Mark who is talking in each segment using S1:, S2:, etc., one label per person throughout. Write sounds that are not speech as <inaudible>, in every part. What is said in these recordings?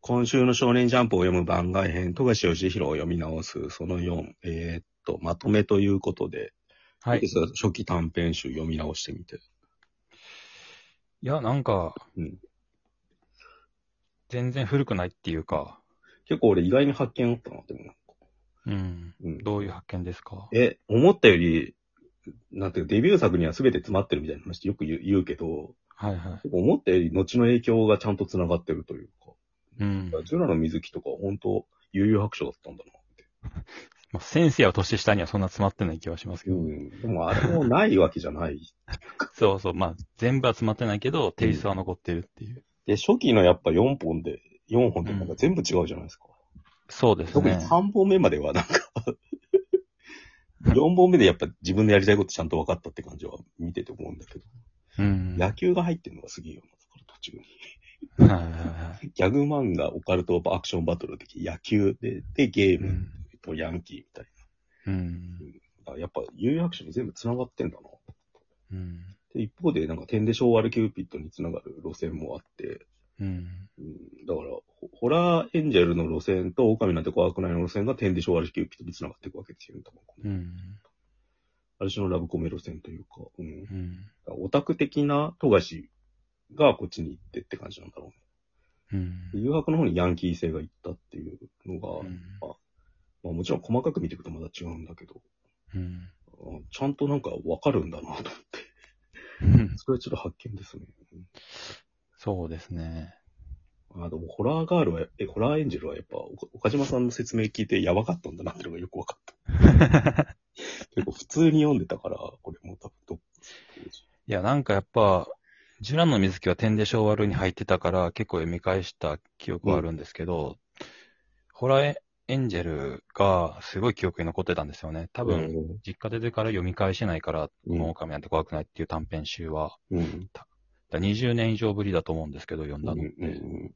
S1: 今週の少年ジャンプを読む番外編、富樫義弘を読み直す、その4、えーっと、まとめということで、
S2: は
S1: で
S2: い。
S1: すが初期短編集読み直してみて。
S2: いや、なんか、
S1: うん
S2: 全然古くないっていうか、
S1: 結構俺意外に発見あったな、でもなんか。
S2: うん。
S1: うん
S2: どういう発見ですか
S1: え、思ったより、なんていうかデビュー作には全て詰まってるみたいな話よく言う言うけど、
S2: はいはい。
S1: 結構思ったより後の影響がちゃんと繋がってるというか、
S2: うん。
S1: ジュラの水木とか本当、悠々白書だったんだなって。
S2: まあ、先生や年下にはそんな詰まってない気はしますけ
S1: う
S2: ど。
S1: ん。でもあれもないわけじゃない。
S2: そうそう。まあ、全部は詰まってないけど、テイストは残ってるっていう。
S1: で、初期のやっぱ4本で、4本でなんか全部違うじゃないですか。
S2: そうです
S1: 特に
S2: ね。
S1: 3本目まではなんか、4本目でやっぱ自分のやりたいことちゃんと分かったって感じは見てて思うんだけど、
S2: うん。はい
S1: 野球が入ってるのがすげえよな、だから途中に。
S2: はいは
S1: ギャグ漫画、オカルト、アクションバトルの時、野球で、で、ゲ
S2: い。
S1: ー
S2: う
S1: ム
S2: ん。
S1: とヤンキーみたい
S2: うん。
S1: な。やっぱ、有役者に全部繋がってんだな。
S2: うん。
S1: で、一方で、なんか、点で昭和ルキューピッドに繋がる路線もあって、
S2: うん。
S1: うん、だから、ホホラーエンジェルの路線と、狼なんて怖くないの路線が点で昭和ルキューピッドに繋がっていくわけですよね、多分。
S2: うん。
S1: ある種のラブコメ路線というか、うん。
S2: うん。
S1: オタク的な富樫がこっちに行ってって感じなんだろうね。
S2: うん。
S1: 誘白の方にヤンキー性が行ったっていうのが、
S2: うん
S1: まあもちろん細かく見ていくとまだ違うんだけど、
S2: うん。
S1: うんちゃんとなんかわかるんだなと。 <laughs>
S2: うん
S1: それはちょっと発見ですね。
S2: そうですね。
S1: うんあでもホラーガールは、え、ホラーエンジェルはやっぱ岡岡島さんの説明聞いてやばかったんだなっていうのがよくわかった。 <laughs> 結構普通に読んでたから、これも多分ど、
S2: いや、なんかやっぱ、ジュランの水木は天で昭和ルに入ってたから、結構読み返した記憶はあるんですけど、ホラーエンジェルがすごい記憶に残ってたんですよね。多
S1: 多
S2: 分、、実家出てから読み返してないから、
S1: う
S2: こ
S1: ん
S2: の狼なんて怖くないっていう短編集は、
S1: うん。
S2: だから20年以上ぶりだと思うんですけど、読んだのって。
S1: うんうん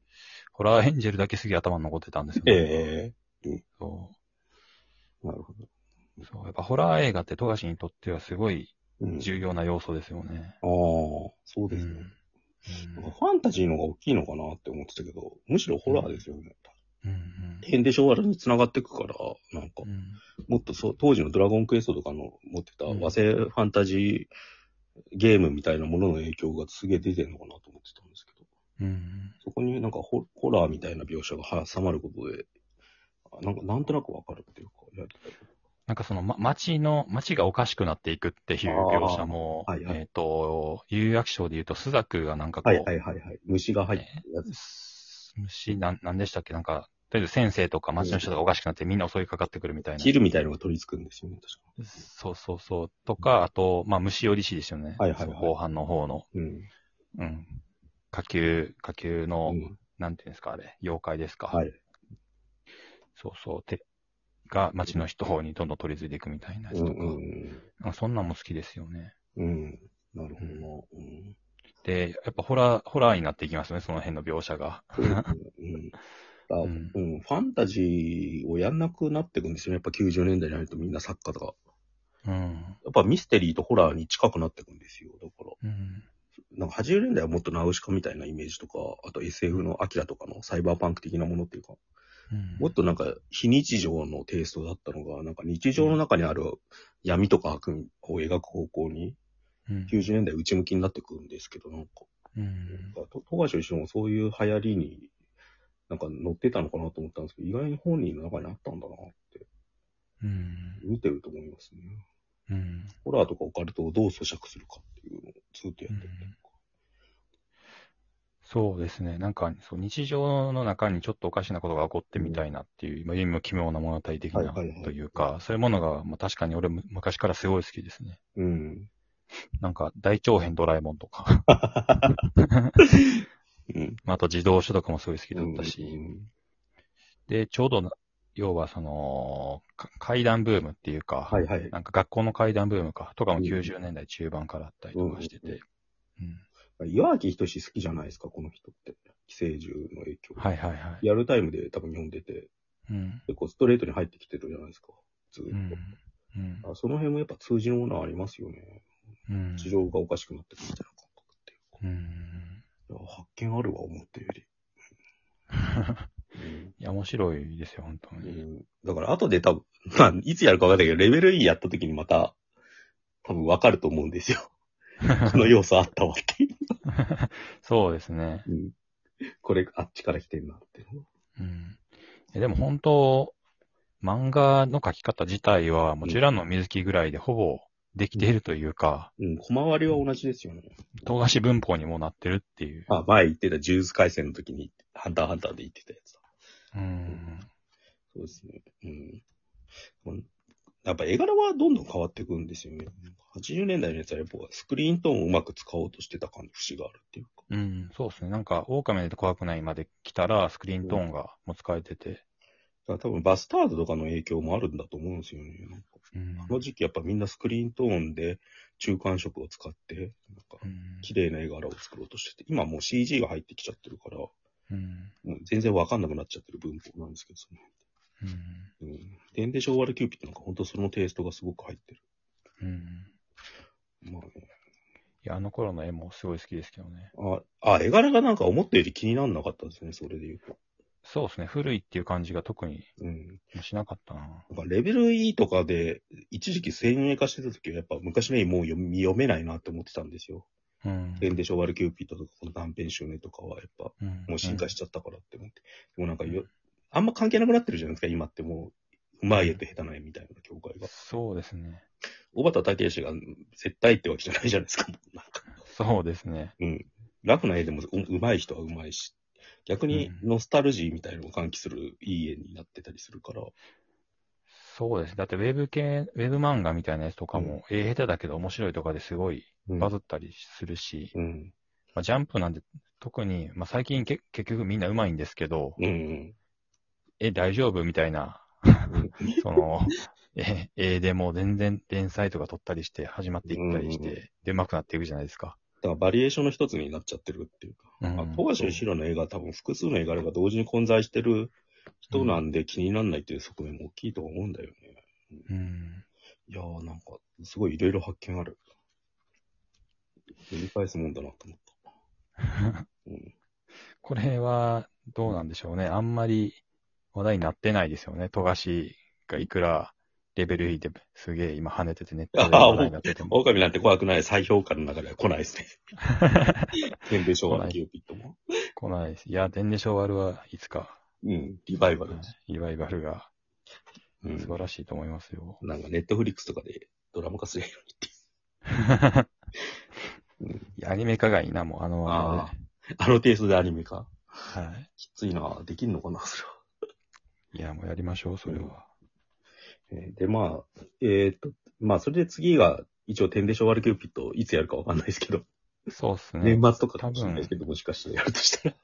S2: ホラーエンジェルだけすげえ頭に残ってたんですよね。
S1: え
S2: そ
S1: えなるほど。
S2: うそう。やっぱホラー映画って富樫にとってはすごい
S1: うん
S2: 重要な要素ですよね。
S1: ああ、そう
S2: う
S1: ですね。
S2: ん。
S1: なんかファンタジーの方が大きいのかなって思ってたけど、むしろホラーですよね。
S2: うん。うん
S1: 変で昭和に繋がってくから、なんか
S2: う、ん。
S1: もっとそう、当時のドラゴンクエストとかの持ってた和製ファンタジーゲームみたいなものの影響がすげえ出てるのかなと思ってたんですけど、
S2: うん。
S1: そこになんかホホラーみたいな描写が挟まることで、あなんかなんとなくわかるっていうか、やりたいこ
S2: なんかその、ま、街の、街がおかしくなっていくっていう描写も、
S1: あーはいはい
S2: えっ、と、有楽章で言うと、スザクがなんか
S1: と
S2: こう、
S1: はいはいはいはい。虫が入ってるやつ。
S2: す虫なん、なんでしたっけなんか、とりあえず先生とか街の人がおかしくなってみんな襲いかかってくるみたいな
S1: キ。ルみたいのが取り付くんですよね、確か。
S2: そうそうそう。とか、あと、まあ、虫寄り師ですよね。
S1: はいはいはい
S2: その後半の方の、
S1: うん。
S2: うん。下級、下級の、
S1: うん
S2: なんていうんですか、あれ、妖怪ですか。
S1: はい。
S2: そうそう。てが街の人にどんどん取り付いていくみたいなやつ
S1: うん
S2: とか。
S1: うん
S2: あそんなんも好きですよね。
S1: うん。うん。なるほどな。うん
S2: で、やっぱホラー、ホラーになっていきますね、その辺の描写が。
S1: うんうんあ
S2: うん
S1: うん、ファンタジーをやんなくなっていくんですよね。やっぱ90年代になるとみんな作家とか。
S2: うん。
S1: やっぱミステリーとホラーに近くなっていくんですよ。だから、
S2: うん。
S1: なんか80年代はもっとナウシカみたいなイメージとか、あと SF のアキラとかのサイバーパンク的なものっていうか、
S2: うん
S1: もっとなんか非日常のテイストだったのが、なんか日常の中にある闇とか悪を描く方向に、
S2: うん
S1: 90年代内向きになってくるんですけど、なんか、
S2: うん。
S1: と富樫義一もそういう流行りに、なんか乗ってたのかなと思ったんですけど、意外に本人の中にあったんだなって、
S2: うん。
S1: 見てると思いますね。
S2: うん。
S1: ホラーとかオカルトをどう咀嚼するかっていうのをずっとやってるというか。
S2: そうですね。なんか、そう、日常の中にちょっとおかしなことが起こってみたいなっていう、まあ、意味も奇妙な物語的
S1: はい
S2: な
S1: はいはい
S2: というか、そういうものが、まあ、確かに俺も昔からすごい好きですね。
S1: うん。
S2: なんか、大長編ドラえもんとか、 <laughs>
S1: うん。
S2: まああと児童書とかもすごい好きだったし、
S1: うん
S2: で、ちょうどな、要はその、か階段ブームっていうか、
S1: はいはい。
S2: なんか学校の階段ブームか、とかも
S1: うん
S2: 90年代中盤からあったりとかしてて。うん。
S1: 岩脇仁志好きじゃないですか、この人って。寄生獣の影響。
S2: はいはいはい。
S1: リアルタイムで多分読んでて、
S2: うん。
S1: 結構ストレートに入ってきてるじゃないですか、ずっと。
S2: うん。うん。
S1: あその辺もやっぱ通じるものはありますよね。
S2: うん。
S1: 事情がおかしくなってくるみたいな感覚っていうか。
S2: うん。
S1: いや発見あるわ、思ったより。うん
S2: いや、面白いですよ、本当
S1: う
S2: に。
S1: ん、だから、後で多分、 <laughs> まあ、いつやるかわかんないけど、レベル E やった時にまた、多分わかると思うん <laughs> ですよ。この要素あったわっていう。
S2: そうですね。
S1: <laughs> うんこれ、あっちから来てるなっていうのが。
S2: うん。えでも本当、漫画の書き方自体は、もちろんの水木ぐらいでほぼできているというか、
S1: うん、小回りは同じですよね。
S2: 唐菓子文法にもなってるっていう。
S1: あ、前言ってたジュース回線の時に、ハンターハンターで言ってたやつだ。
S2: うん。
S1: そうですね。うんうん。やっぱ絵柄はどんどん変わっていくんですよね。80年代のやつはやっぱスクリーントーンをうまく使おうとしてた感じ、節があるっていうか。
S2: うん、そうですね。なんか、狼で怖くないまで来たら、スクリーントーンがもう使えてて。
S1: だから多分バスタードとかの影響もあるんだと思うんですよね。なんか
S2: うん
S1: あの時期やっぱみんなスクリーントーンで中間色を使って、なんか
S2: うん
S1: 綺麗な絵柄を作ろうとしてて、今もう CG が入ってきちゃってるから、も
S2: うん
S1: う全然わかんなくなっちゃってる文法なんですけど、その
S2: うん
S1: うん。でんで昭和のキューピットなんか本当そのテイストがすごく入ってる。
S2: うん
S1: まあね、
S2: いや、あの頃の絵もすごい好きですけどね。
S1: あ、あ、絵柄がなんか思ったより気になんなかったですね、それで言うと。
S2: そうですね。古いっていう感じが特に
S1: うん。
S2: しなかったな。
S1: なんかレベル E とかで、一時期先鋭化してた時は、やっぱ昔の絵もう読み読めないなって思ってたんですよ。
S2: うん。
S1: レンデショワルキューピットとか、この断片集ねとかは、やっぱ、
S2: うん
S1: もう進化しちゃったからって思って。でもなんかよ、あんま関係なくなってるじゃないですか、今ってもう。うまい絵と下手な絵みたいな境界
S2: うん
S1: が。
S2: そうですね。
S1: 小畑武史が絶対ってわけじゃないじゃないですか、もうなんか。
S2: そうですね。
S1: うん。ラフな絵でもううまい人はうまいし、逆に
S2: うん
S1: ノスタルジーみたいなのを喚起するいい絵になってたりするから、
S2: そうですね。だって、ウェブ系、ウェブ漫画みたいなやつとかも、絵下手だけど面白いとかですごい
S1: うん
S2: バズったりするし、
S1: うん。
S2: まあ、ジャンプなんて特に、まあ、最近け結局みんな上手いんですけど、
S1: うん。
S2: え、大丈夫みたいな
S1: うん
S2: <laughs> その、え、えーでもう全然連載とか取ったりして、始まっていったりして、
S1: うんうんう
S2: で、うまくなっていくじゃないですか。
S1: だからバリエーションの一つになっちゃってるっていうか、
S2: うん
S1: あ富樫後ろの映画は多分複数の映画が同時に混在してる人なんで気にならないっていう側面も大きいとは思うんだよね。
S2: うん。
S1: いやーなんか、すごいいろいろ発見ある。繰り返すもんだなと思った。うん、
S2: これは、どうなんでしょうね。あんまり話題になってないですよね。富樫がいくらレベルいいて、すげえ今跳ねててネットで話題になってても。
S1: 狼なんて怖くない再評価の中では来ないです <laughs> ね。全米昭和のキューピットも。
S2: 来ないです。いや、電で昭和はいつか、
S1: うん、リバイバル。
S2: リバイバルが
S1: うん
S2: 素晴らしいと思いますよ。
S1: なんかネットフリックスとかでドラマ化すればいいうん
S2: いや、アニメ化がいいな、もう、あの、
S1: あのに。 <laughs> あのテイストでアニメ化
S2: は
S1: きついなできんのかなそ
S2: い。いや、もうやりましょう、それは。
S1: れは。えーで、まあ、えーっと、まあ、それで次が、一応、天で昭和ルキューピット、いつやるかわかんないですけど、
S2: そうっすね。
S1: 年末とかかもしれないですけど、もしかしてやるとしたら。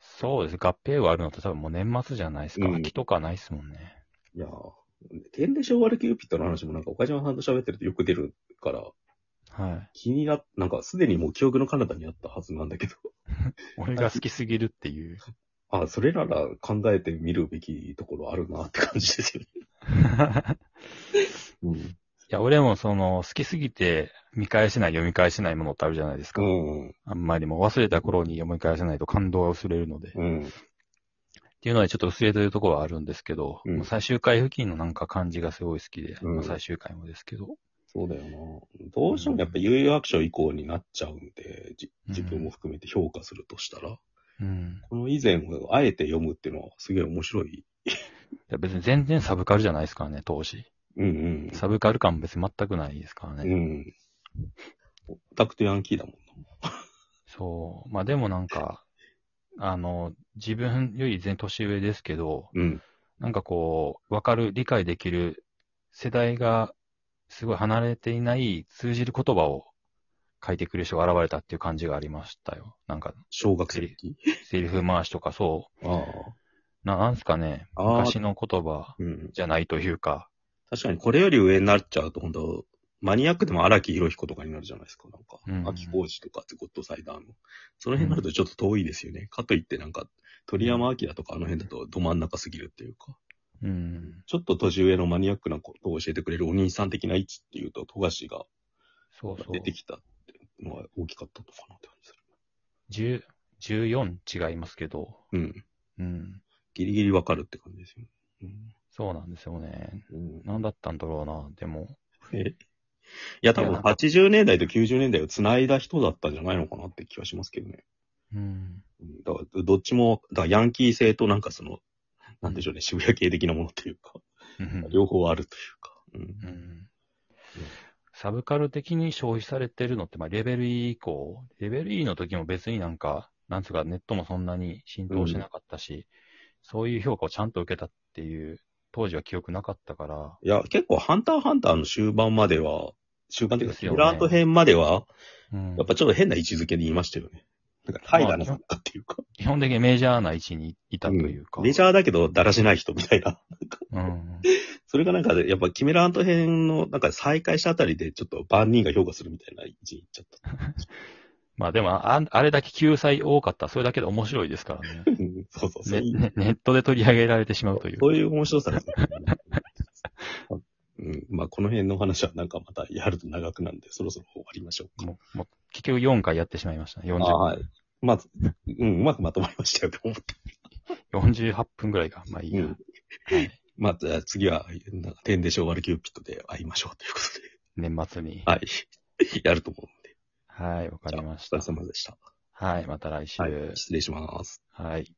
S2: そうです。合併はあるのって多分もう年末じゃないですか。
S1: うん
S2: 秋とかないっすもんね。
S1: いやー天で昭和ルキューピットの話もなんか、岡島さんと喋ってるとよく出るから、
S2: はい。
S1: 気になっ、なんか、すでにもう記憶の彼方にあったはずなんだけど、 <laughs>
S2: 俺が好きすぎるっていう。
S1: あ、それなら考えてみるべきところあるなって感じですよね。
S2: い
S1: うん。
S2: や、俺もその、好きすぎて見返せない、読み返せないものってあるじゃないですか。
S1: うん。
S2: あんまりもう忘れた頃に読み返せないと感動が薄れるので。っ
S1: うん。
S2: ていうのでちょっと薄れてるところはあるんですけど、
S1: うん
S2: もう最終回付近のなんか感じがすごい好きで、
S1: うん
S2: まあ最終回もですけど。
S1: そうだよな。どうしてもやっぱ有楽章以降になっちゃうんで、じ
S2: うん
S1: 自分も含めて評価するとしたら、
S2: うん。
S1: この以前をあえて読むっていうのはすげえ面白い。
S2: いや別に全然サブカルじゃないですからね、当時。
S1: うん
S2: サブカル感別に全くないですから
S1: う
S2: ね。
S1: ん。うん。オタクとヤンキーだもん
S2: そう。まあでもなんか、あの、自分より全然年上ですけど、
S1: な。うん。
S2: なんかこう、わかる、理解できる世代がすごい離れていない通じる言葉を書いてくる人が現れたっていう感じがありましたよ。なんか、
S1: 小学生の時
S2: セリフ回しとかそ
S1: あ
S2: う。ななんすかね、
S1: あ。ああ。
S2: 昔の言葉
S1: うん。
S2: じゃないというか、
S1: 確かにこれより上になっちゃうと、本当マニアックでも荒木博彦とかになるじゃないですか。なんか、
S2: うん
S1: 秋浩二とかってゴッドサイダーの。その辺になるとちょっと遠いですよね。かといってなんか、鳥山明とかあの辺だとど真ん中すぎるっていうか。
S2: うん、
S1: ちょっと年上のマニアックなことを教えてくれるお兄さん的な位置っていうと、富樫が
S2: そうそう
S1: 出。てきたっていうのは大きかったのかなって感じす
S2: 10 14違いますけど、
S1: る。うん。
S2: うん。
S1: ギリギリわかるって感じですよね。
S2: そうなんですよね。
S1: うんうん
S2: なんだったんだろうな、でも。
S1: えいや、多
S2: い
S1: 分
S2: やなんか
S1: 80年代と90年代を繋いだ人だったんじゃないのかなって気はしますけどね。
S2: うん。
S1: うんだから、どっちも、だからヤンキー性となんかその、なんでしょうね、渋谷系的なものっていうか、
S2: うん
S1: 両方あるというか。うん
S2: うんサブカル的に消費されてるのって、まあ、レベル E 以降、レベル E の時も別になんか、なんつうかネットもそんなに浸透しなかったし、そういう評価をちゃんと受けたっていう、当時は記憶なかったから、
S1: いや、結構、ハンターハンターの終盤までは、終盤というか、
S2: です
S1: キ
S2: よね
S1: ュラート編までは、
S2: うん
S1: やっぱちょっと変な位置づけにいましたよね。なんか、怠惰な
S2: まあ
S1: 作家っていうか。
S2: 基本的にメジャーな位置にいたというか。
S1: うんメジャーだけど、だらしない人みたいな。 <laughs>
S2: うん
S1: それがなんか、やっぱ、キメラアント編の、なんか再開したあたりで、ちょっと万人が評価するみたいな位置に行っちゃった。
S2: まあでもあ、あれだけ救済多かったら、それだけで面白いですからね。 <laughs>
S1: うんそうそう <laughs> そう
S2: ね
S1: いう。
S2: ねネットで取り上げられてしまうという。
S1: そういう面白さですね。 <laughs> うん、まあ、この辺の話はなんかまたやると長くなんで、そろそろ終わりましょうか。
S2: もうもう結局4回やってしまいました。40
S1: あはい。まあ、うん、うまくまとまりましたよ、と思って。
S2: 48分ぐらいが。まあいい
S1: う
S2: や。
S1: ん
S2: はい
S1: まあ、じゃあ次は、なんか、天でしょう、ワルキューピットで会いましょうということで。
S2: 年末に。
S1: はい。やると思うんで。
S2: はい、わかりまし
S1: お疲
S2: た
S1: れ。様でした。
S2: はい、また来週。
S1: はい。失礼します。
S2: はい